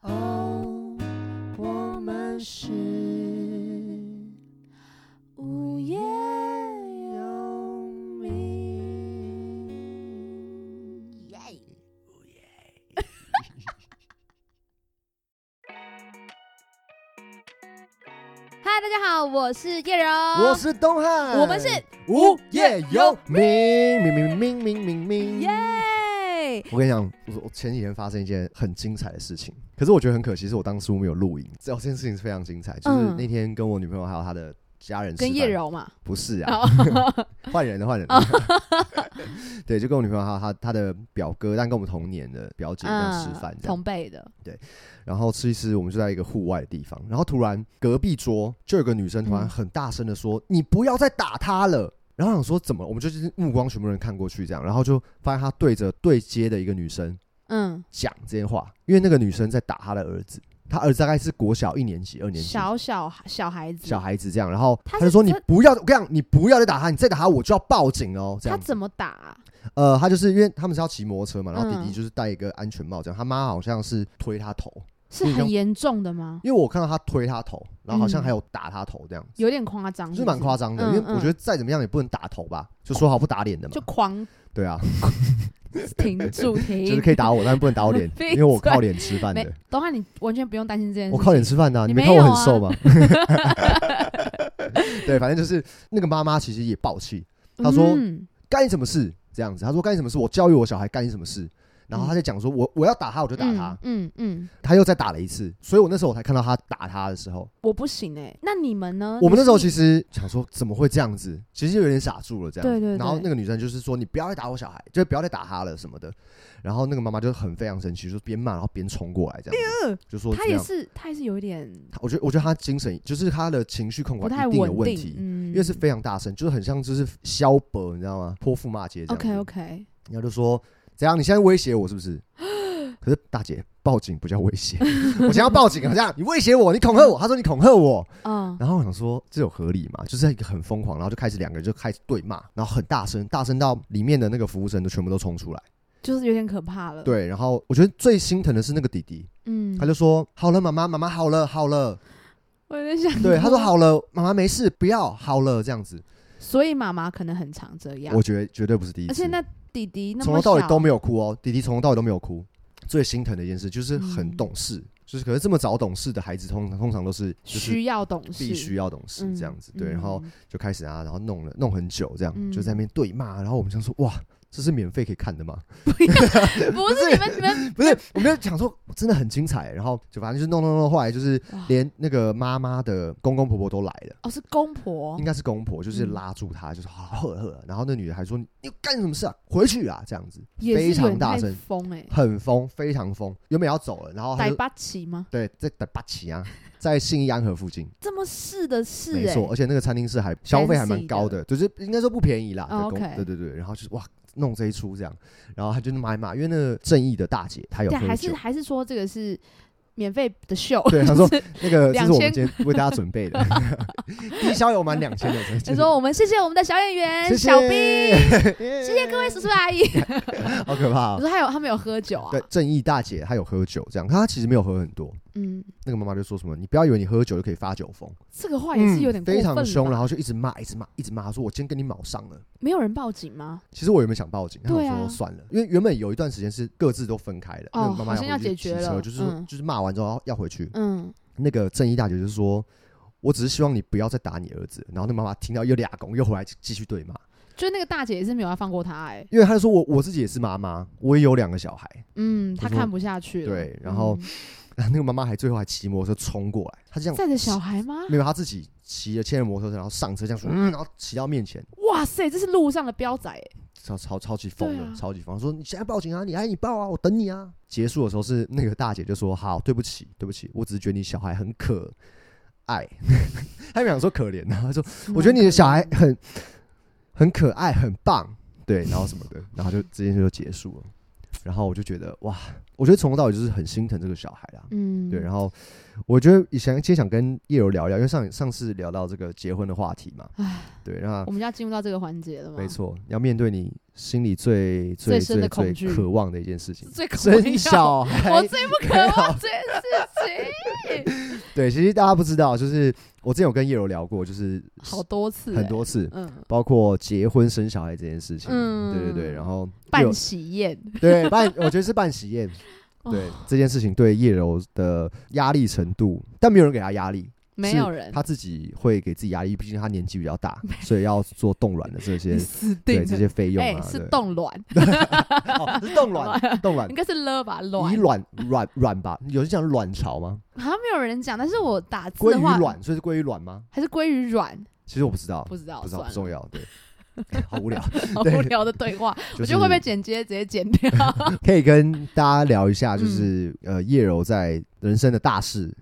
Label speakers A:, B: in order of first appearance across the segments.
A: 哦我们是无业游民。耶！
B: 嗨，大家好，我是叶柔，
A: 我是东汉，
B: 我们是
A: 无业游民，明明明明明明。
B: 耶，
A: 我跟你讲，我我前几天发生一件很精彩的事情，可是我觉得很可惜，是我当初没有录影。这这件事情是非常精彩，就是
B: 嗯
A: 那天跟我女朋友还有她的家人吃
B: 跟
A: 饭
B: 叶柔嘛，
A: 不是啊，
B: 哦
A: 换人了，换人了。 对，就跟我女朋友还有她她的表哥，但跟我们同年的表姐这样吃饭，这样
B: 嗯同辈的，
A: 然后吃一吃，我们就在一个户外的地方，然后突然隔壁桌就有个女生突然
B: 嗯
A: 很大声的说：“你不要再打他了。”然后想说怎么，我们就是目光全部人看过去这样，然后就发现她对着对接的一个女生
B: 嗯，
A: 讲这些话，因为那个女生在打她的儿子，她儿子大概是国小一年级、二年级
B: 小小小孩子，
A: 小孩子这样，然后
B: 她是
A: 她就说：“你
B: 真
A: 不要，我跟你讲，你不要再打他，你再打他我就要报警哦。”这
B: 他
A: 样子
B: 怎么打啊？
A: 呃，他就是因为他们是要骑摩托车嘛，然后弟
B: 嗯
A: 弟就是戴一个安全帽这样，他妈好像是推他头，
B: 是
A: 你像
B: 很严重的吗？
A: 因为我看到他推他头，然后好像
B: 嗯
A: 还有打他头这样子，
B: 有点夸张，
A: 就是蛮夸张的，因为我觉得
B: 得
A: 再怎么样也不能打头吧，就说好不打脸的嘛
B: 就，狂
A: 对啊，
B: 停住停，
A: 就是可以打我，但是不能打我脸
B: ，闭
A: 因为我
B: 嘴
A: 靠脸吃饭
B: 没
A: 的，，
B: 东汉你完全不用担心这件事
A: 我
B: 情，
A: 靠脸吃饭的啊，
B: 你
A: 你没
B: 没
A: 看我
B: 有
A: 很
B: 啊
A: 瘦吗？ 对，反正就是那个妈妈其实也暴气，他说
B: 嗯
A: 干你什么事这样子，她说干你什么事，我教育我小孩干你什么事，然后她就讲说我我要打他我就打他，，
B: 嗯嗯嗯，
A: 他又再打了一次，所以我那时候我才看到他打他的时候，
B: 我不行哎，那你们呢？
A: 我们那时候其
B: 实
A: 实想说怎么会这样子，其实有点傻住了这样。
B: 对对对
A: 然后那个女生就是说你不要再打我小孩，就不要再打他了什么的。然后那个妈妈就很非常生气，就边骂然后边冲过来这样子，就说
B: 他
A: 这
B: 哎也
A: 样。
B: 是他也是有一点
A: 她我觉得我觉得她精神就是她的情绪控
B: 不
A: 管
B: 太
A: 一定有
B: 稳
A: 问
B: 定，
A: 题。
B: 嗯，
A: 因为是非常大声，就是很像就是消伯，你知道吗？泼妇骂街这样子。
B: OK OK，
A: 然后就说：“怎样？你现在威胁我是不是？”可是大姐，报警不叫威胁， 我想要报警，好像你威胁我，你恐吓我。她说你恐吓我，
B: 嗯，
A: 然后我想说这有合理吗？就是一个很疯狂，然后就开始两个人就开始对骂，然后很大声，大声到里面的那个服务生都全部都冲出来。
B: 就是有点可怕了，，
A: 对，然啊后我觉得最心疼的是那个弟弟，
B: 嗯，
A: 他就说：“好了，妈妈，妈妈好了，好了。
B: 我有点想”，
A: 对，他说：“，好了，妈妈没事，不要好了。”这样子，
B: 所以妈妈可能很常这样
A: 我，觉得绝对不是第一次。
B: 而且那弟弟那
A: 从
B: 么
A: 头到尾
B: 小
A: 都没有哭哦，弟弟从头到尾都没有哭。最心疼的一件事就是很
B: 嗯
A: 懂事，就是可是这么早懂事的孩子，通常通常都是就是
B: 需要懂事，
A: 必须要懂事
B: 嗯
A: 这样子。对，然后
B: 嗯
A: 就开始啊，然后弄了弄很久，这样、
B: 嗯
A: 就在那边对骂，然后我们想说，哇，这是免费可以 看的吗？
B: 不是你们你 们
A: 不是，我们就想说真的很精彩，然后就反正就是弄弄弄，后来就是
B: 哇
A: 连那个妈妈的公公婆婆都来了。
B: 哦是公婆
A: 应，该是公婆，就是
B: 嗯
A: 拉住她，就是好喝喝。然后那女的还说：“你你干什么事啊？回去啊！”这样子，
B: 也是
A: 非常
B: 有点
A: 大
B: 太
A: 声
B: 疯哎，
A: 很疯，非常疯。原本要走了，然后她
B: 逮
A: 就
B: 八旗吗？
A: 对在在八旗啊，在信义安和附近，
B: 这么是的是
A: 没
B: 哎，
A: 错。而且那个餐厅是还消费还
B: fancy
A: 蛮
B: 的
A: 高的，就是应该说不便宜啦。
B: 哦
A: 对
B: OK
A: 对对对，然后就是哇，弄这一出这样，然后他就骂一骂，因为那个正义的大姐她有
B: 对，
A: 喝
B: 还是
A: 酒。
B: 还是说这个是免费的秀，
A: 对，她说 那个这是我们
B: 2000
A: 今天为大家准备的， 低消有满两 千的。
B: 你说我们谢谢我们的小演员
A: 谢谢
B: 小兵，，
A: 谢
B: 谢谢各位叔叔阿姨。
A: 好可怕
B: 我
A: 哦。
B: 说还有他们有喝酒啊
A: 对，，正义大姐她有喝酒，这样，她其实没有喝很多。
B: 嗯，
A: 那个妈妈就说什么：“你不要以为你喝酒就可以发酒疯。”
B: 这个哦话也是有点
A: 嗯
B: 过
A: 非
B: 分
A: 常凶，
B: 吧
A: 然后就一直骂，一直骂，一直骂，说我今天跟你卯上了。
B: 没有人报警吗？
A: 其实我原本想报警，然后
B: 对啊
A: 说算了，因为原本有一段时间是各自都分开了，
B: 哦
A: 那个妈妈
B: 好像
A: 要回去
B: 要解决
A: 骑车
B: 了
A: 就是
B: 嗯
A: 就是骂完之后要回去。
B: 嗯，
A: 那个正义大姐就是说，我只是希望你不要再打你儿子。然后那妈妈听到又俩公又回来继续对骂，
B: 就那个大姐也是没有要放过他哎、
A: 因为她就说我我自己也是妈妈，我也有两个小孩。
B: 嗯，
A: 她
B: 她
A: 说
B: 看不下去了。
A: 对然后然后那个妈妈还最后还骑摩托车冲过来，她这
B: 嗯
A: 样
B: 载着、小孩吗？
A: 没有，她自己骑着牵着摩托车，然后上车这样说，嗯，然后骑到面前。
B: 哇塞，这是路上的彪仔哎、
A: 超超超级疯的，
B: 对啊
A: 超级疯，说你现在报警啊，你哎你报啊，我等你啊。结束的时候是那个大姐就说好，对不起，对不起，我只是觉得你小孩很可爱， 她没想说可怜，然后她说我觉得你的小孩很很可爱，很棒，对，然后什么的，然后就这件事就结束了。然后我就觉得哇，我觉得从头到尾就是很心疼这个小孩啦。
B: 嗯，
A: 对，
B: 后
A: 然后我觉得想今天想跟叶柔聊聊，因为上上次聊到这个结婚的话题嘛，对，那
B: 我们就要进入到这个环节了嘛。
A: 没，错，要面对你心里最
B: 嗯
A: 最
B: 最深
A: 最
B: 的恐
A: 最
B: 惧
A: 渴望的一件事情
B: 是。最恐怖
A: 生小孩，
B: 啊
A: 啊
B: 我最不渴望这件事
A: 对，其实大家不知道，就是我之前有跟叶柔聊过，就是
B: 情好多次、
A: 很，多次，
B: 嗯，
A: 包括结婚生小孩这件事情。
B: 嗯
A: 对对对，然后叶
B: 办
A: 柔
B: 喜宴，
A: 对办，我觉得是办喜宴。
B: 哦
A: 对这件事情对叶柔的压力程度，但没有人给她压力，
B: 没
A: 是
B: 有人，
A: 她自己会给自己压力，毕竟她年纪比较大，所以要做冻卵的这些
B: 你死定
A: 对这
B: 了。
A: 些费用
B: 哎、
A: 啊，
B: 是
A: 对
B: 冻卵，
A: 哦是冻 卵，冻卵
B: 应，该是了吧？卵
A: 以卵卵卵吧，有人讲卵巢 吗？
B: 好像没有人讲，但是我打字
A: 鲑
B: 的话
A: 鱼，卵，所以是鲑鱼卵吗？
B: 还是鲑鱼卵，
A: 其实我不知道，
B: 不知道，
A: 不知
B: 算
A: 道不
B: 了，
A: 重要，对，哎好 无聊，
B: 好
A: 对
B: 无聊的对话，
A: 就
B: 我
A: 是
B: 觉得会被剪接直接剪掉。
A: 可以跟大家聊一
B: 嗯
A: 下，就是呃叶柔在人生的大事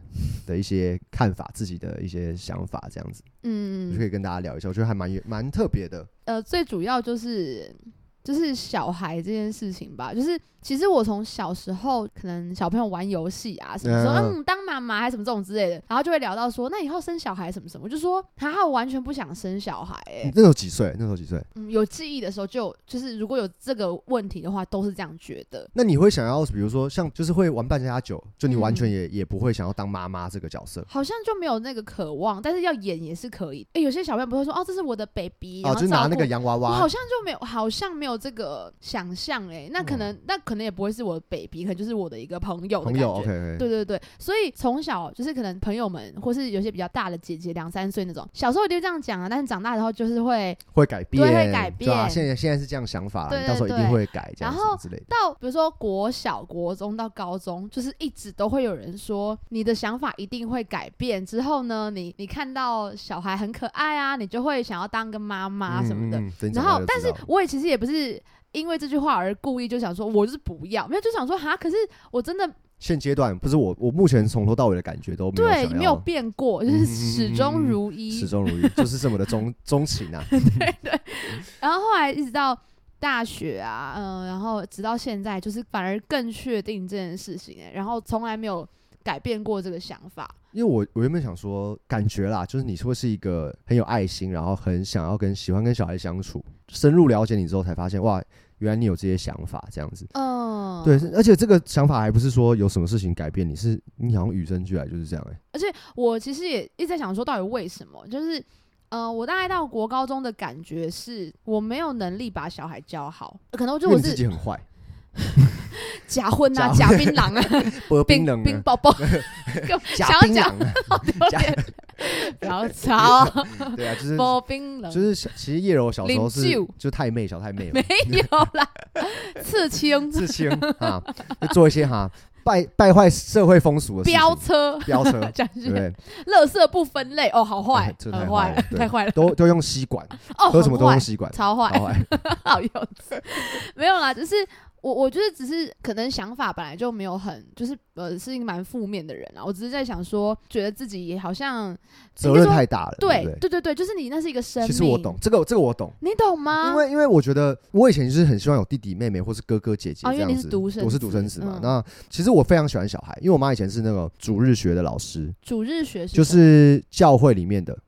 A: 的一些看法，自己的一些想法，这样子，我就可
B: 嗯，
A: 以跟大家聊一下，我觉得还蛮蛮特别的。
B: 呃，最主要就是就是小孩这件事情吧，就是其实我从小时候可能小朋友玩游戏啊，什么说
A: 嗯
B: 嗯当妈妈还是什么这种之类的，然后就会聊到说那以后生小孩什么什么，我就说啊我完全不想生小孩、
A: 你
B: 欸，
A: 那时候几岁？那时候几岁？
B: 嗯，有记忆的时候就就是如果有这个问题的话，都是这样觉得。
A: 那你会想要，比如说像就是会玩扮家家酒，就你完
B: 嗯
A: 全也、也不会想要当妈妈这个角色。
B: 好像就没有那个渴望，但是要演也是可以。诶，有些小朋友不会说哦，这是我的 baby，然
A: 哦，
B: 后
A: 就是拿
B: 照
A: 那
B: 顾
A: 个洋娃
B: 我
A: 娃
B: 好，像就没有，好像没有这个想象哎、那可
A: 嗯
B: 能，那可能也不会是我的 baby，可能就是我的一个朋友的
A: 朋
B: 感
A: 友
B: 觉
A: ，OK，, o k
B: 对对对，所以从小就是可能朋友们，或是有些比较大的姐姐两三岁那种，小时候一定会这样讲啊，但是长大之后就是会
A: 会改变，
B: 对会改
A: 对啊，
B: 变
A: 现在现在是这样想法啦，
B: 对
A: 你到时候一
B: 对
A: 定
B: 对
A: 会改，这样
B: 然
A: 子
B: 后
A: 之类的。
B: 到比如说国小、国中到高中，就是一直都会有人说你的想法一定会改变。之后呢，你你看到小孩很可爱啊，你就会想要当个妈妈啊什么的。
A: 嗯，嗯嗯
B: 然后，但是我也其实也不是因为这句话而故意就想说，我就是不要，没有就想说哈，可是我真的
A: 现阶段不是我，我目前从头到尾的感觉都没有
B: 对
A: 想
B: 没有
A: 要
B: 变过，就
A: 嗯
B: 是
A: 嗯嗯
B: 始终
A: 嗯嗯
B: 如一
A: 始。终如一，就是这么的钟 钟情啊。
B: 然后后来一直到大学啊，嗯、然后直到现在，就是反而更确定这件事情、欸，然后从来没有改变过这个想法。
A: 因为我我原本想说，感觉啦，就是你会是一个很有爱心，然后很想要跟喜欢跟小孩相处，深入了解你之后才发现，哇，原来你有这些想法，这样子。
B: 嗯，
A: 对，是而且这个想法还不是说有什么事情改变你，是你好像与生俱来就是这样哎、欸。
B: 我其实也一直在想说，到底为什么？就是，呃，我大概到国高中的感觉是，我没有能力把小孩教好，可能我觉
A: 因
B: 得
A: 为
B: 我
A: 你自
B: 是
A: 己很坏，
B: 假婚啊、
A: 假
B: 假槟榔啊、
A: 薄
B: 冰
A: 冰冷
B: 冰
A: 啊，
B: 包 包，
A: 假
B: 想要
A: 冰
B: 讲
A: 冷啊，
B: 好丢
A: 假
B: 脸，不 要吵，
A: 对啊，就是
B: 包槟榔
A: 就。是小其实叶柔小时候是
B: 领袖
A: 就太妹小太妹嘛
B: 没，有 啦，刺青、
A: 自清啊，就做一些哈败败坏社会风俗的事情
B: 飙车，
A: 飙车，
B: 讲
A: 对
B: 是
A: 不对？，
B: 垃圾不分类哦，好坏
A: 这太
B: 很
A: 坏了对
B: 太坏了，
A: 都都用吸管，
B: 哦，
A: 喝什么
B: 很
A: 都
B: 坏
A: 用吸管，
B: 超坏，
A: 好坏。
B: 好幼稚，没有啦，就是。我我觉得只是可能想法本来就没有很，就是呃是一个蛮负面的人啊。我只是在想说，觉得自己也好像
A: 责任
B: 应该说
A: 太大了，
B: 对
A: 不
B: 对对对，就是你那是一个生命，啊
A: 其实我懂，这个，这个我懂。
B: 你懂吗？
A: 因为因为我觉得我以前就是很希望有弟弟妹妹或是哥哥姐姐
B: 哦
A: 这
B: 因为
A: 样
B: 你
A: 子，
B: 是独生
A: 我
B: 子
A: 是独生子嘛。
B: 嗯
A: 那其实我非常喜欢小孩，因为我妈以前是那个主日学的老师，
B: 主日学
A: 就
B: 什么
A: 是教会里面的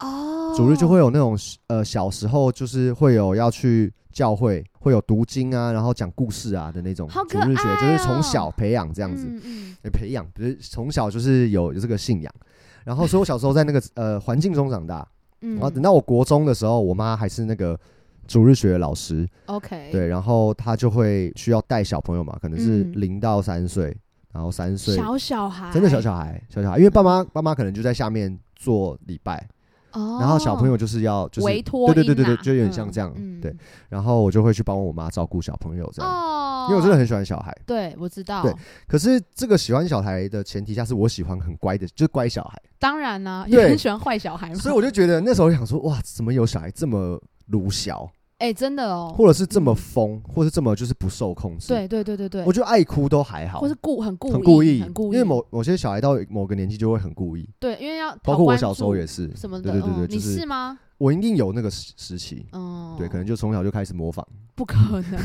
B: 哦，
A: 主日就会有那种呃小时候就是会有要去教会，会有读经啊，然后讲故事啊的那种
B: 好
A: 主
B: 可
A: 日学，就是从
B: 爱
A: 小
B: 哦
A: 培养这样子。
B: 嗯嗯
A: 欸培养，不是从小就是有有这个信仰。然后，所以我小时候在那个呃环境中长大。
B: 嗯，
A: 然后等到我国中的时候，我妈还是那个主日学的老师，
B: OK，
A: 对，然后她就会需要带小朋友嘛，可能是
B: 嗯
A: 零到三岁，然后三岁，
B: 小小孩
A: 真的小小孩，小小孩，因为爸妈爸妈可能就在下面做礼拜，
B: 哦，
A: 然后小朋友就是要就是
B: 委托
A: 对对对
B: 婴
A: 对对，
B: 啊
A: 就有点像这样，
B: 嗯嗯
A: 对。然后我就会去帮我妈照顾小朋友这样，
B: 哦，
A: 因为我真的很喜欢小孩。
B: 对我知道，
A: 对可是这个喜欢小孩的前提下，是我喜欢很乖的，就是乖小孩。
B: 当然啦、
A: 对
B: 有人喜欢坏小孩嘛，
A: 所以我就觉得那时候想说，哇，怎么有小孩这么鲁小，
B: 哎、真的哦，
A: 或者是这么疯，或者这么就是不受控制？，
B: 对对对对对，
A: 我觉得爱哭都还好，
B: 或是故很故意
A: 很故意，
B: 很故意，
A: 因为某某些小孩到某个年纪就会很故意，
B: 对，因为要
A: 包
B: 讨
A: 括我
B: 关
A: 小时候
B: 注
A: 也是，
B: 什么的，
A: 对对对对
B: 嗯
A: 就
B: 你
A: 是
B: 是吗？
A: 我一定有那个时时期。
B: 嗯，
A: 对，可能就从小就开始模仿，
B: 不可 能，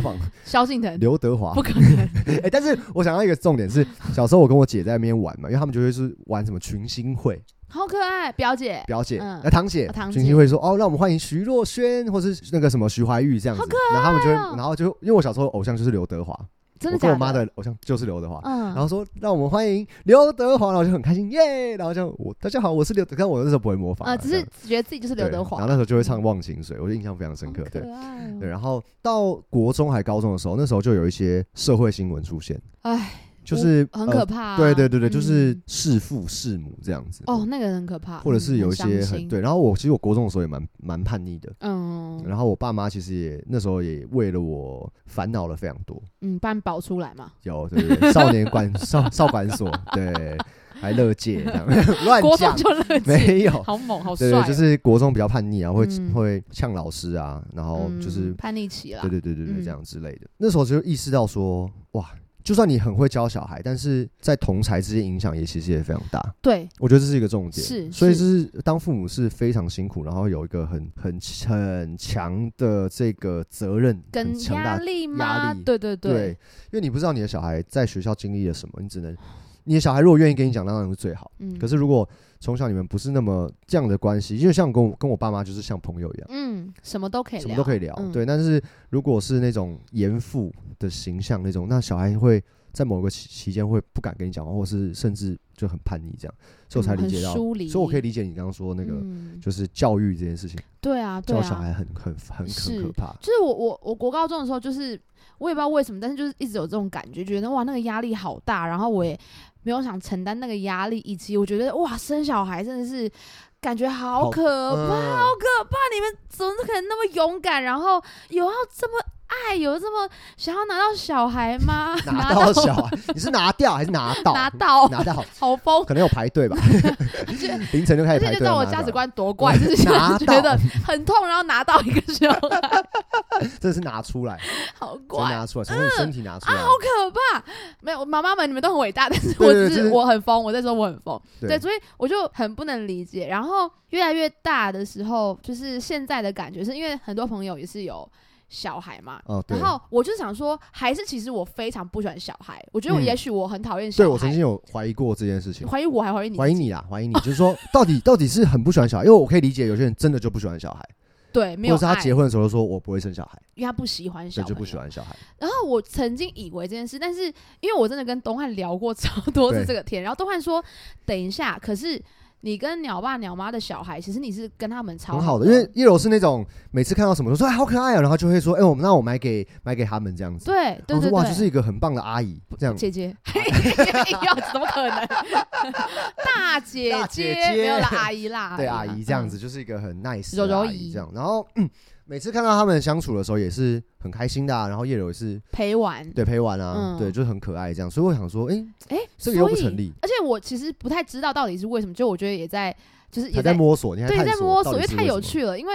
A: 仿
B: 萧敬腾
A: 刘德华
B: 不。可能，
A: 哎，但是我想到一个重点是，小时候我跟我姐在那边玩嘛，因为他们就会是玩什么群星会，
B: 好可爱，表姐，
A: 表姐，
B: 嗯
A: 那堂姐
B: 啊堂，
A: 群星
B: 姐
A: 会说哦，让我们欢迎徐若瑄或是那个什么徐怀钰这样子
B: 好可，
A: 然后他们就会
B: 哦，
A: 然后就因为我小时候偶像就是刘德华，
B: 真
A: 我
B: 的
A: 跟
B: 假
A: 我妈的偶像就是刘德华，
B: 嗯，
A: 然后说让我们欢迎刘德华，然后我就很开心耶，然后就我大家好，我是刘德，但我那时候不会模仿啊，
B: 呃，只
A: 这
B: 是
A: 样
B: 觉得自己就是刘
A: 对
B: 德华，
A: 然后那时候就会唱《忘情水》，我就印象非常深刻，
B: 好
A: 对。
B: 可爱哦
A: 对，然后到国中还高中的时候，那时候就有一些社会新闻出现，
B: 哎，
A: 就是
B: 我很
A: 呃
B: 可怕啊、
A: 对对对对，就是
B: 嗯
A: 弑父弑母这样子，
B: 哦，那个很可怕，
A: 或者是
B: 嗯
A: 有一些
B: 伤
A: 很
B: 心
A: 对。然后我其实我国中的时候也蛮蛮叛逆的，
B: 嗯
A: 然后我爸妈其实也那时候也为了我烦恼了非常多，
B: 嗯，把你保出来嘛，
A: 有对对对，少年 管少少管所，对，还乐界这样 乱
B: 嗯国中
A: 讲，
B: 就乐极，
A: 没有。
B: 好猛，好帅
A: 对
B: 哦，
A: 对，就是国中比较叛逆啊，会
B: 嗯
A: 会呛老师啊，然后就是
B: 嗯叛逆期啦，
A: 对对对对对，
B: 嗯
A: 这样之类的。那时候就意识到说，哇，就算你很会教小孩，但是在同才之间影响也其实也非常大。
B: 对
A: 我觉得这是一个重点，
B: 是
A: 所以就是当父母是非常辛苦，然后有一个很很很强的这个责任，
B: 跟
A: 很强
B: 压
A: 大
B: 力吗？
A: 力
B: 对对对，
A: 因为你不知道你的小孩在学校经历了什么，你只能你的小孩如果愿意跟你讲，当然是最好。
B: 嗯，
A: 可
B: 是
A: 是如果从小你们不是那么这样的关系，因为像跟我跟我爸妈就是像朋友一样。
B: 嗯，什么都可以聊，
A: 什么都可以聊，
B: 嗯
A: 对。但是如果是那种严父的形象那种，那小孩会在某个期期间会不敢跟你讲话，或是甚至就很叛逆这样，所以我才
B: 嗯很
A: 理解到，
B: 疏离
A: 所以我可以理解你刚刚说那个、
B: 嗯
A: 就是教育这件事情，
B: 对啊，对
A: 教小
B: 啊，
A: 孩很很很很
B: 是
A: 可怕，
B: 就是我我我国高中的时候，就是我也不知道为什么，但是就是一直有这种感觉，觉得哇那个压力好大，然后我也没有想承担那个压力，以及我觉得哇生小孩真的是感觉好
A: 好
B: 可怕，
A: 嗯
B: 好可怕！你们怎么可能那么勇敢？然后有要这么爱，有这么想要拿到小孩吗？
A: 嗯拿到小孩，你是拿掉还是拿到？
B: 拿到
A: 拿到，
B: 好疯，
A: 可能有排队 吧，凌晨就开
B: 而
A: 始
B: 且
A: 排
B: 就
A: 队
B: 知道
A: 要拿到。
B: 我价值观多怪，就是
A: 拿
B: 觉得
A: 到
B: 很痛，然后拿到一个小孩，
A: 真的是拿出来，真
B: 好
A: 的
B: 怪。嗯啊
A: 拿出来，从你身体拿出来。
B: 好可怕！没有，妈妈们你们都很伟大，但是
A: 对
B: 我
A: 对
B: 只
A: 就是
B: 是我很疯，我在说我很疯，对，
A: 对，
B: 所以我就很不能理解。然后越来越大的时候，就是现在的感觉，是因为很多朋友也是有小孩嘛。
A: 哦，对
B: 然。后我就想说，还是其实我非常不喜欢小孩，我觉得我
A: 嗯
B: 也许我很讨厌小
A: 对
B: 孩。
A: 我曾经有怀疑过这件事情，
B: 怀疑我还怀疑你，
A: 怀疑你啦，怀疑你，就是说到底到底是很不喜欢小孩，因为我可以理解有些人真的就不喜欢小孩，
B: 对，没
A: 或
B: 有
A: 者是他
B: 爱，
A: 结婚的时候说我不会生小孩，
B: 因为他不喜欢小
A: 对，
B: 孩，
A: 就不喜欢小孩。
B: 然后我曾经以为这件事，但是因为我真的跟东汉聊过超多次
A: 对
B: 这个天，然后东汉说等一下，可是你跟鸟爸鸟妈的小孩，其实你是跟他们超
A: 很好的，因为一楼是那种每次看到什么都说哎好可爱哦、然后就会说哎、我们那我买给买给他们这样子，
B: 对对
A: 然
B: 对
A: 后说哇就是
B: 对。
A: 一个很棒的阿姨这样，
B: 姐 姐，要怎么可能？大姐
A: 大姐姐
B: 没有啦，阿姨啦，
A: 对
B: 啦
A: 阿姨这样，子
B: 嗯
A: 就是一个很 nice
B: 柔
A: 的
B: 柔
A: 阿
B: 姨
A: 姨这样，然后、嗯每次看到他们相处的时候也是很开心的、啊，然后叶柔也是
B: 陪玩。
A: 对陪玩啊，
B: 嗯
A: 对就是很可爱这样，所以我想说哎、
B: 哎，
A: 这个又不
B: 所以
A: 成立
B: 而且我其实不太知道到底是为什么，就我觉得也在，就是也
A: 还在摸索，你还
B: 对，
A: 探
B: 在摸索，
A: 到
B: 因为
A: 底是
B: 太有
A: 什么
B: 趣了。因为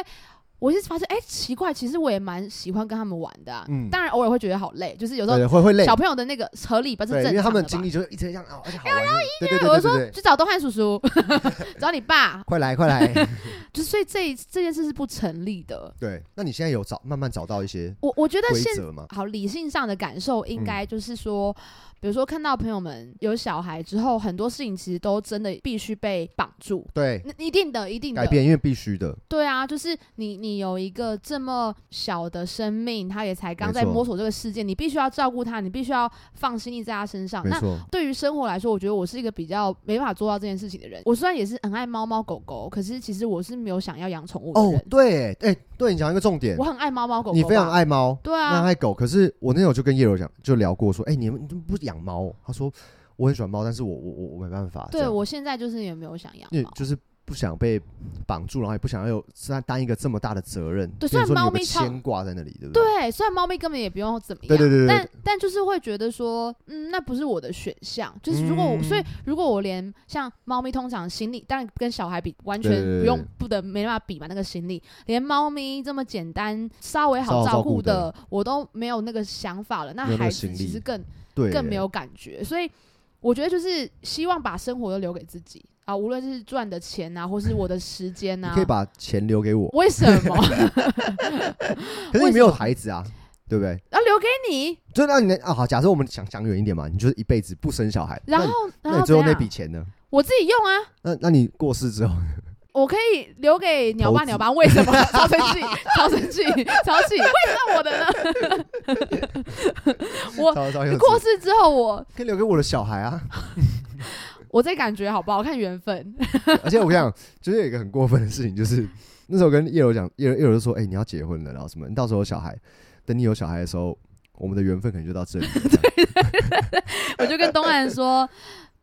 B: 我就发现，哎、奇怪，其实我也蛮喜欢跟他们玩的、啊。
A: 嗯
B: 当然偶尔会觉得好累，就是有时
A: 对
B: 候
A: 对会会累
B: 小朋友的那个合理吧是
A: 对，
B: 正常
A: 因为他们
B: 的吧哎
A: 经历就是一直这样啊，而且好玩。对对
B: 对，我
A: 对
B: 就
A: 对对
B: 说
A: 对，
B: 去找东汉叔叔， 找你爸，
A: 快来快来。
B: 就是所以这一这件事是不成立的。
A: 对，那你现在有找慢慢找到一些
B: 我我觉得
A: 规
B: 现
A: 则嗯吗？
B: 好理性上的感受应该就是说，比如说看到朋友们有小孩之后，很多事情其实都真的必须被绑住，
A: 对，
B: 那一定的一定的
A: 改变因为必须的，
B: 对啊，就是你，你有一个这么小的生命，他也才刚在
A: 没错
B: 摸索这个世界，你必须要照顾他，你必须要放心力在他身上。
A: 没
B: 啊那
A: 错。
B: 对于生活来说，我觉得我是一个比较没办法做到这件事情的人。我虽然也是很爱猫猫狗狗，可是其实我是没有想要养宠物的
A: 哦
B: 人。，
A: 对，哎，对你讲一个重点
B: 我，很爱猫猫狗狗，
A: 你非常。爱猫，
B: 对
A: 那
B: 啊，
A: 爱狗，可是我那时候就跟叶柔讲，就聊过说，哎，你们你们不养猫哦？他说我很喜欢猫，但是我我我我没办法，这
B: 对
A: 样
B: 我现在就是也没有想养
A: 因为
B: 猫。
A: 就是。不想被绑住，然后也不想要有担担一个这么大的责任，
B: 对
A: 所以
B: 虽
A: 说
B: 然
A: 你
B: 猫
A: 有个
B: 咪超
A: 牵挂在那里，对不对？
B: 对，虽然猫咪根本也不用怎么样，
A: 对对对对
B: 但但就是会觉得说，嗯，那不是我的选项。就是如果我，
A: 嗯
B: 所以如果我连像猫咪通常行李，当然跟小孩比完全
A: 对对对
B: 不用
A: 对
B: 不得没办法比嘛，那个行李连猫咪这么简单稍微
A: 稍
B: 好
A: 好
B: 照
A: 照顾
B: 顾的，我都没有那个想法了，那
A: 没有那个
B: 孩子
A: 行
B: 其
A: 李
B: 实更
A: 对，
B: 更没有感觉，所以。我觉得就是希望把生活都留给自己啊，无论是赚的钱啊，或是我的时间
A: 你
B: 啊
A: 可以，把钱留给我，
B: 为什么 啊
A: 可是
B: 为
A: 你
B: 什
A: 没有
B: 么
A: 孩子啊，对不对？
B: 要留给你？
A: 就那你能啊好，假设我们想讲远一点嘛，你就是一辈子不生小孩，
B: 然
A: 那
B: 后
A: 你那
B: 然后
A: 你最后
B: 怎
A: 那
B: 样
A: 笔钱呢？
B: 我自己用啊，
A: 那那你过世之后，
B: 我可以留给鸟
A: 投
B: 爸
A: 资
B: 鸟爸。为什么？ 超生气，超生气，超气！为什么我的 呢？我
A: 稍微稍微有
B: 过世之后我
A: 可以留给我的小孩啊。
B: 我再感觉好不好看缘分。
A: 而且我跟你讲，就是有一个很过分的事情，就是那时候跟叶柔讲，叶柔叶柔就说：“哎、你要结婚了，然后什么？你到时候有小孩，等你有小孩的时候，我们的缘分可能就到这里。”
B: 我就跟东汉说。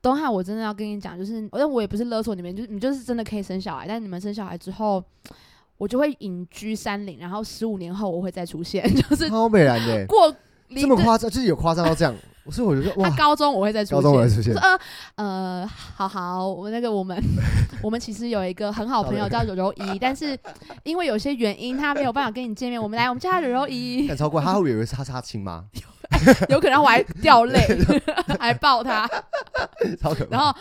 B: 东汉，我真的要跟你讲，就是，但我也不是勒索你们，就是你们就是真的可以生小孩，但你们生小孩之后，我就会隐居山林，然后十五年后我会再出现， 就是
A: 超美然的、
B: 过离
A: 哦这么
B: 对
A: 夸张，就是有夸张到这样，所以我就说哇
B: 他，高中我会再出
A: 高中
B: 现
A: 人，出现
B: 说，呃呃，好好，我那个我们 我们其实有一个很好朋友叫柔柔 姨，但是因为有些原因，她没有办法跟你见面，我们来，我们叫她柔柔 姨，
A: 敢超过他会以为是他杀青吗？
B: 有可能我还掉 泪，还抱她，
A: 超可怕。
B: 然后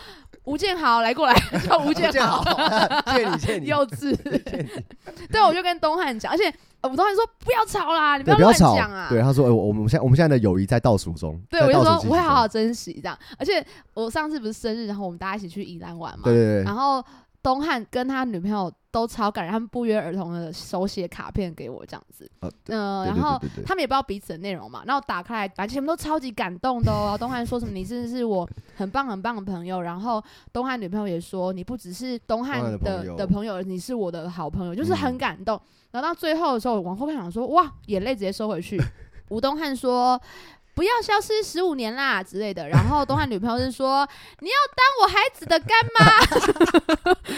B: 吴建豪来 过来叫吴建
A: 见
B: 豪，
A: 好，谢谢你，谢谢你，
B: 幼稚，
A: 谢谢你。
B: 对，我就跟东汉讲，而且呃我东汉说不要吵啦，你
A: 对，不要
B: 乱
A: 吵
B: 讲啊，。
A: 对，他说，哎，我我们现在我们现在的友谊在倒数中，
B: 对，
A: 在
B: 我就
A: 倒
B: 说
A: 数计
B: 我会
A: 时
B: 好好
A: 中。
B: 珍惜这样，而且我上次不是生日，然后我们大家一起去宜兰玩嘛，
A: 对对对，
B: 然后东汉跟他女朋友都超感人，他们不约而同的手写卡片给我这样子，
A: 哦
B: 嗯、
A: 对
B: 然
A: 对
B: 后
A: 对对对，
B: 他们也不知道彼此的内容嘛，然后打开来，反正全部都超级感动的哦。然后东汉说什么你真的是我很棒很棒的朋友，然后东汉女朋友也说你不只是东汉
A: 东汉的
B: 的
A: 朋友
B: 的朋友，你是我的好朋友， 就是
A: 嗯
B: 很感动。然后到最后的时候，我往后看想说哇，眼泪直接收回 去。吴东汉说。不要消失十五年啦之类的，然后东汉女朋友就 说：“你要当我孩子的干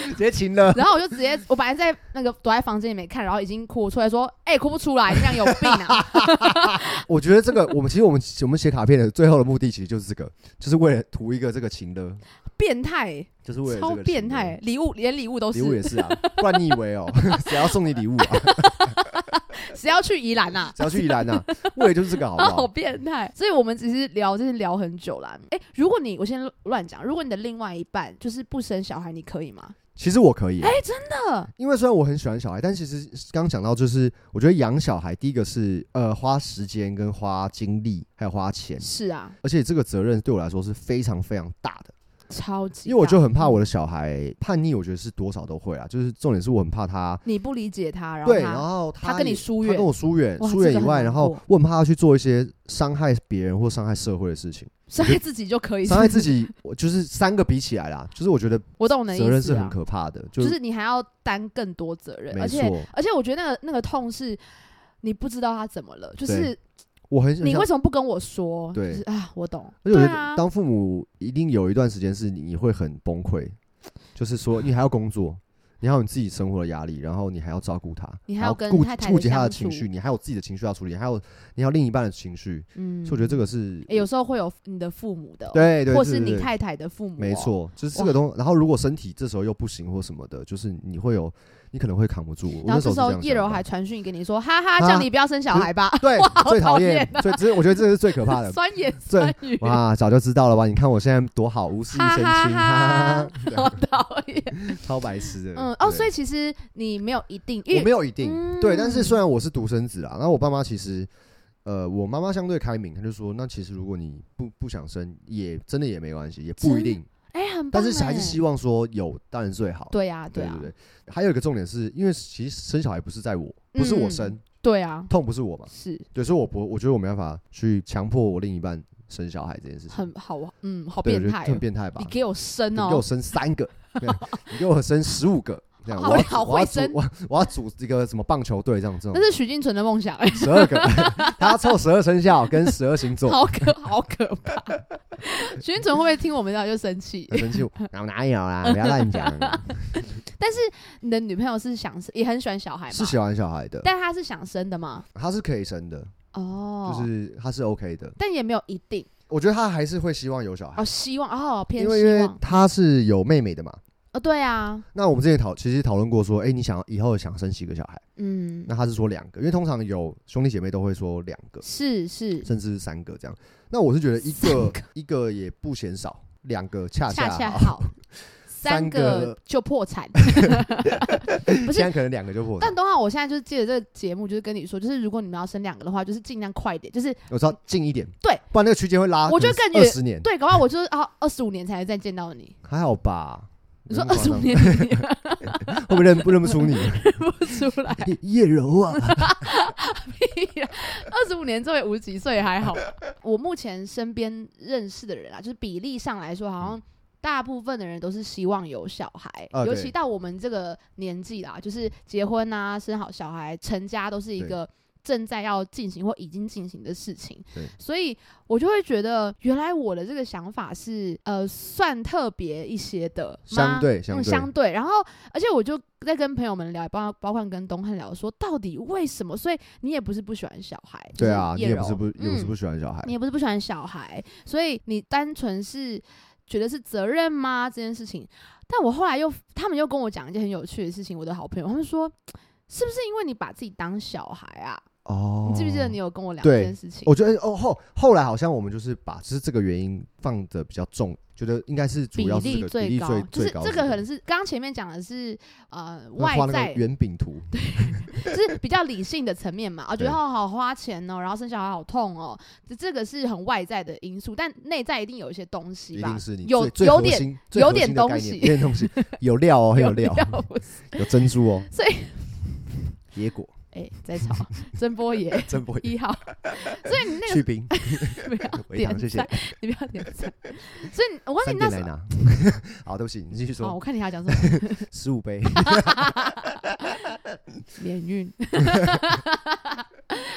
A: 直接亲了。
B: 然后我就直接，我本来在那个躲在房间里面看，然后已经哭出来，说：“哎、哭不出来，你这样有病啊
A: 我觉得这个，我们其实我们我们写卡片的最后的目的，其实就是这个，就是为了图一个这个情的，！”
B: 变态，欸
A: 就是为了这
B: 超
A: 个
B: 变
A: 情勒
B: 态，。欸礼物连礼物都
A: 礼物也
B: 是，
A: 是啊， 不然你以为哦，谁要送你礼物啊？
B: 谁要去宜兰啊？
A: 谁 要去宜兰啊？为的就是这个，好不
B: 啊，
A: 好
B: 好？变态！所以我们只是聊，就是聊很久啦。哎、如果你我先乱讲，如果你的另外一半就是不生小孩，你可以吗？
A: 其实我可以、啊
B: 哎、真的，
A: 因为虽然我很喜欢小孩，但其实刚刚讲到，就是我觉得养小孩，第一个是呃花时间跟花精力，还有花钱，
B: 是啊，
A: 而且这个责任对我来说是非常非常大的，
B: 超级大。
A: 因为我就很怕我的小孩叛逆，我觉得是多少都会啊，就是重点是我很怕他。
B: 你不理解他，然后
A: 对，
B: 他
A: 然后他
B: 他跟你
A: 也
B: 疏
A: 他跟
B: 远
A: 我疏远，
B: 哇
A: 疏远
B: 这
A: 以
B: 个很
A: 外，
B: 难
A: 然后
B: 过
A: 我很怕他去做一些伤害别人或伤害社会的事情，
B: 伤害自己就可以，
A: 伤害自
B: 己，
A: 己，我就是三个比起来啦，就是我觉得
B: 我懂你的
A: 责任
B: 意
A: 是
B: 思
A: 很
B: 啊。
A: 可怕的，就
B: 就是你还要担更多责任，
A: 没
B: 而且
A: 错，
B: 而且我觉得那个那个痛是你不知道他怎么了，就是
A: 我很想
B: 你为什么不跟我说？
A: 对
B: 就是啊，我懂。
A: 而且我
B: 对
A: 觉
B: 啊
A: 得，当父母一定有一段时间是你你会很崩溃，就是说你还要工作，你还有你自己生活的压力，然后你还要照顾他，
B: 你还
A: 还
B: 要
A: 要
B: 跟
A: 顾
B: 太太的
A: 顾及他
B: 相
A: 的情
B: 处
A: 绪，你还有自己的情绪要处理，还有你还有另一半的情绪，
B: 嗯，
A: 所以我觉得这个是
B: 诶有时候会有你的父母的哦、
A: 对对，
B: 或
A: 对
B: 是
A: 对
B: 你
A: 对
B: 太太的父母、哦
A: 没，错，就是这
B: 哇
A: 个东。然后如果身体这时候又不行或什么的，就是你会有你可能会扛不住。我
B: 然
A: 那
B: 后
A: 时
B: 这时
A: 候是这
B: 候
A: 样
B: 叶
A: 想
B: 柔
A: 的
B: 还传讯给你说，哈哈，
A: 啊
B: 叫你不要生小孩吧，
A: 对最
B: 讨
A: 讨
B: 厌
A: 厌，最只是我觉得这是最 可怕的。
B: 酸言
A: 最
B: 酸语，
A: 哇，早就知道了吧？你看我现在多好，无事一
B: 哈
A: 身轻，
B: 哈
A: 哈
B: 哈
A: 哈，啊
B: 好讨厌。
A: 超白痴的。
B: 嗯，哦，
A: 对
B: 所以其实你没有一定，因
A: 我
B: 为
A: 没有一定、
B: 嗯
A: 对，但是虽然我是独生子啦，那我爸妈其实，呃，我妈妈相对开明，她就说，那其实如果你不不想生，也真的也没关系，也不一定，
B: 哎、很棒
A: 但
B: 哎，
A: 是还是希望说有，当然最好。
B: 对啊呀、
A: 对
B: 呀、
A: 对对，还有一个重点是因为其实生小孩不是在我，不是我生，
B: 嗯对啊，
A: 痛不是我嘛，
B: 是
A: 对，所以我不，我觉得我没办法去强迫我另一半生小孩这件事情，
B: 很好，嗯，好
A: 对我
B: 变
A: 觉得
B: 态、哦
A: 很。变态吧
B: 你？给我生
A: 你
B: 哦！
A: 给我生三个，对你给我生十五个，这样
B: 好
A: 我要
B: 好
A: 组我要
B: 会
A: 组
B: 生
A: 我我要组一个什么棒球队这样这种
B: 那。是许金纯的梦想、哎，
A: 十二个， 他要凑十二生肖跟十二星座。
B: 好可好可怕。 许金纯会不会听我们的就生气？
A: 很生 气，然后哪有啦？不要乱讲。
B: 但是你的女朋友是想生，也很喜欢小孩
A: 是
B: 嘛？
A: 喜欢小孩的，
B: 但她是想生的嘛？
A: 他是可以生的，
B: 哦，
A: 就是他是 OK 的。
B: 但也没有一定
A: 我觉得他还是会希望有小孩
B: 哦，，希望哦，偏
A: 啊因为因
B: 希
A: 为
B: 望
A: 他是有妹妹的嘛。
B: 哦，对啊，
A: 那我们之前讨其实讨论过说，哎，你想以后想生几个小孩？
B: 嗯
A: 那，他是说两个，因为通常有兄弟姐妹都会说两个，
B: 是是，
A: 甚至是三个这样。那我是觉得一
B: 三
A: 个
B: 个
A: 一个也不嫌少，两个恰
B: 恰恰
A: 好。
B: 好。三个就破产，不是
A: 现在。可能两个就破产
B: 但。东浩，我现在就是借着这个节目，就是跟你说，就是如果你们要生两个的话，就是尽量快一点，就是
A: 我知道近一点，
B: 对，
A: 不然那个区间会拉，
B: 我觉得更
A: 二十年，
B: 对，搞不好我就是啊，二十五年才再见到你。
A: 还好吧？
B: 你说二
A: 没那么夸
B: 十五
A: 张
B: 年
A: 会不会认不认不出 你？
B: 不出来，
A: 叶柔啊，
B: 二十五年作为五十几岁还好。我目前身边认识的人啊，就是比例上来说，好像大部分的人都是希望有小孩，
A: 嗯啊
B: 尤
A: 对
B: 其到我们这个年纪啦，就是结婚啊、生好小孩、成家，都是一
A: 对
B: 个。正在要进行或已经进行的事情
A: 对，
B: 所以我就会觉得，原来我的这个想法是呃，算特别一些的，
A: 相
B: 妈
A: 对
B: 嗯，
A: 相
B: 相
A: 对，
B: 对。然后，而且我就在跟朋友们聊，包包括跟东汉聊说，到底为什么？所以你也不是不喜欢小孩，就
A: 对啊，你
B: 叶
A: 也不是
B: 柔
A: 不也不是
B: 嗯
A: 不喜欢小孩
B: 你，也不是不喜欢小孩，所以你单纯是觉得是责任吗？这件事情，但我后来又他们又跟我讲一件很有趣的事情，我的好朋友他们说，是不是因为你把自己当小孩啊？
A: 哦，
B: 你记不记得你有跟我聊
A: 对
B: 这件事情？
A: 我觉得哦后后来好像我们就是把就是这个原因放的比较重，觉得应该是主
B: 比
A: 要是这
B: 例
A: 个比例
B: 高，
A: 最
B: 就是
A: 最高的，
B: 这个可能是刚刚前面讲的是呃
A: 那
B: 外
A: 画那
B: 在
A: 个圆饼图，
B: 就是比较理性的层面嘛，啊，觉得
A: 对
B: 哦好花钱哦，然后生小孩好痛哦，这这个是很外在的因素，但内在一定有一些东西
A: 一
B: 吧
A: 定，是你
B: 有
A: 最最
B: 有
A: 核
B: 点
A: 心最
B: 有
A: 核
B: 点
A: 心的概
B: 东
A: 念
B: 西
A: 有点 东西，有料哦，很有料，
B: 料不是
A: 有珍珠哦，
B: 所以
A: 野果
B: 哎，在吵，曾波爷
A: 真不会
B: 一 号，所以你那
A: 去冰，
B: 个不
A: 微
B: 要
A: 糖谢
B: 点
A: 谢
B: 赞，你不要点 赞，所以我问
A: 三
B: 你那
A: 点
B: 时
A: 来
B: 候。
A: 拿。好，对不起，你继续
B: 哦，
A: 说
B: 我，看你还要讲什么？
A: 十五杯，
B: 免运。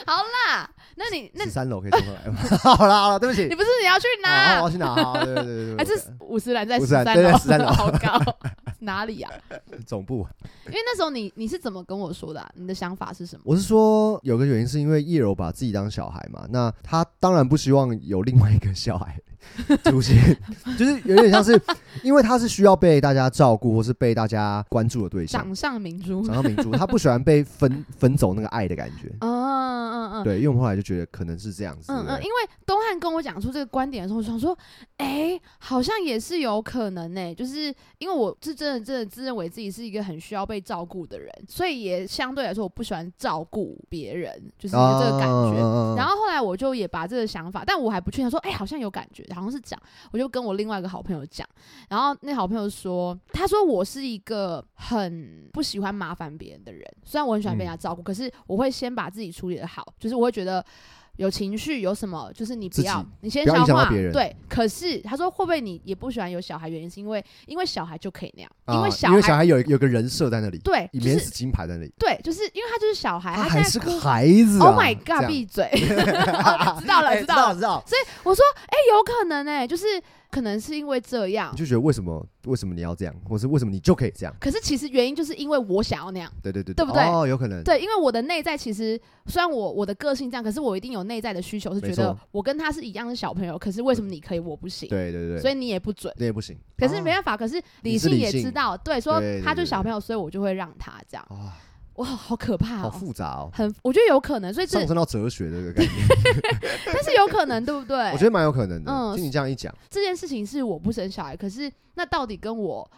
B: 好啦，那你 那
A: 十三楼可以冲上来吗？ 好了好了，对不起
B: 你，不是你要去
A: 啊
B: 拿
A: 好，我？要去拿，好对对对对，
B: 还是
A: 对
B: 五十岚在
A: 哦五
B: 十
A: 十岚
B: 三
A: 对对
B: 楼？
A: 13楼
B: 好高，哦哪里啊呀？
A: 总部
B: 因为那时候你你是怎么跟我说的啊、你的想法是什么？
A: 我是说，有个原因是因为叶柔把自己当小孩嘛，那她当然不希望有另外一个小孩出现，就是有点像是，因为她是需要被大家照顾或是被大家关注的对 象，
B: 掌上明珠。
A: 掌上明珠，她不喜欢被分分走那个爱的感 觉。
B: 嗯嗯嗯嗯。
A: 对，因为我们后来就觉得可能是这样子，
B: 嗯嗯，
A: 对不
B: 因
A: 对
B: 为东汉跟我讲出这个观点的时候，我想说，哎、好像也是有可能呢、就是因为我是真的真的自认为自己是一个很需要被照顾的人，所以也相对来说我不喜欢照顾别人，就是
A: 嗯
B: 有这个感觉。
A: 啊
B: 然后后来我就也把这个想法，但我还不确定，说，哎、好像有感觉，好像是讲，我就跟我另外一个好朋友讲，然后那好朋友说，他说我是一个很不喜欢麻烦别人的人，虽然我很喜欢被人家照顾，可是我会先把自己处理的好，就是我会觉得。有情绪有什么？就是你不
A: 自己
B: 要，你先
A: 不要
B: 消
A: 影响到
B: 化。
A: 别人
B: 对，可是他说会不会你也不喜欢有小孩？原因是因为因为小孩就可以那样，
A: 啊
B: 因为小
A: 因为
B: 孩
A: 小孩有有个人设在那里，
B: 对，就
A: 免
B: 是
A: 死金牌在那里，
B: 对，就是因为他就是小孩，
A: 她
B: 他
A: 还
B: 现
A: 是
B: 在哭
A: 个孩子啊。
B: Oh my
A: 这
B: god！
A: 样
B: 闭嘴、 哦知道了，
A: 哎
B: 知
A: 知
B: 道了
A: 道。知道，
B: 我说，哎、有可能哎、就是可能是因为这样
A: 你，就觉得为什么为什么你要这样，或是为什么你就可以这样？
B: 可是其实原因就是因为我想要那样。
A: 对对对，
B: 对不对
A: 哦，有可能。
B: 对，因为我的内在其实虽然我我的个性这样，可是我一定有内在的需求，是觉
A: 没
B: 得
A: 错
B: 我跟他是一样的小朋友，可是为什么你可以我不行？
A: 对对对，
B: 所以你也不准。
A: 那也不行。
B: 可是没办法，可是理性也
A: 你是理
B: 知
A: 性
B: 道，对，说
A: 对对
B: 他就
A: 对
B: 是小朋友，所以我就会让他这样。
A: 法啊，
B: 哇，好可怕
A: 好
B: 哦！
A: 复杂哦，
B: 很，我觉得有可能，所以这
A: 上升到哲学的这个感觉，
B: 但是有可能，对不对？
A: 我觉得蛮有可能的。
B: 嗯
A: 听你这样一讲，
B: 这件事情是我不生小孩，可是那到底跟我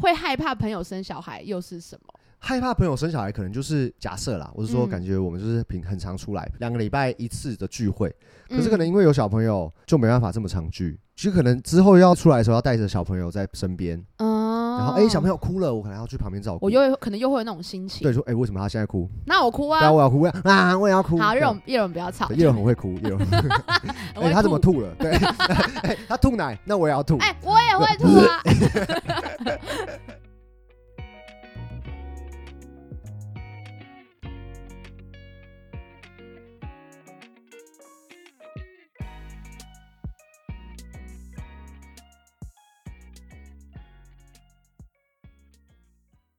B: 会害怕朋友生小孩又是什么？
A: 害怕朋友生小孩，可能就是假设啦，我是说，
B: 嗯
A: 感觉我们就是平很常出来，两个礼拜一次的聚会，可是
B: 嗯
A: 可能因为有小朋友，就没办法这么常聚。其实可能之后要出来的时候，要带着小朋友在身边，
B: 嗯，
A: 然后哎，小朋友哭了，我可能要去旁边照顾
B: 我。又会可能又会有那种心情，
A: 对，说哎，为什么他现在哭？
B: 那我哭
A: 对啊，
B: 啊。
A: 我要哭，我要啊，我也要哭。
B: 好，
A: 这
B: 叶
A: 样
B: 荣叶荣不要吵
A: 对，叶柔很会哭，叶柔。
B: 我
A: 哎，
B: 会
A: 他怎么
B: 吐？
A: 吐了？对，哎，他吐奶，那我也要吐。
B: 哎，我也会吐啊。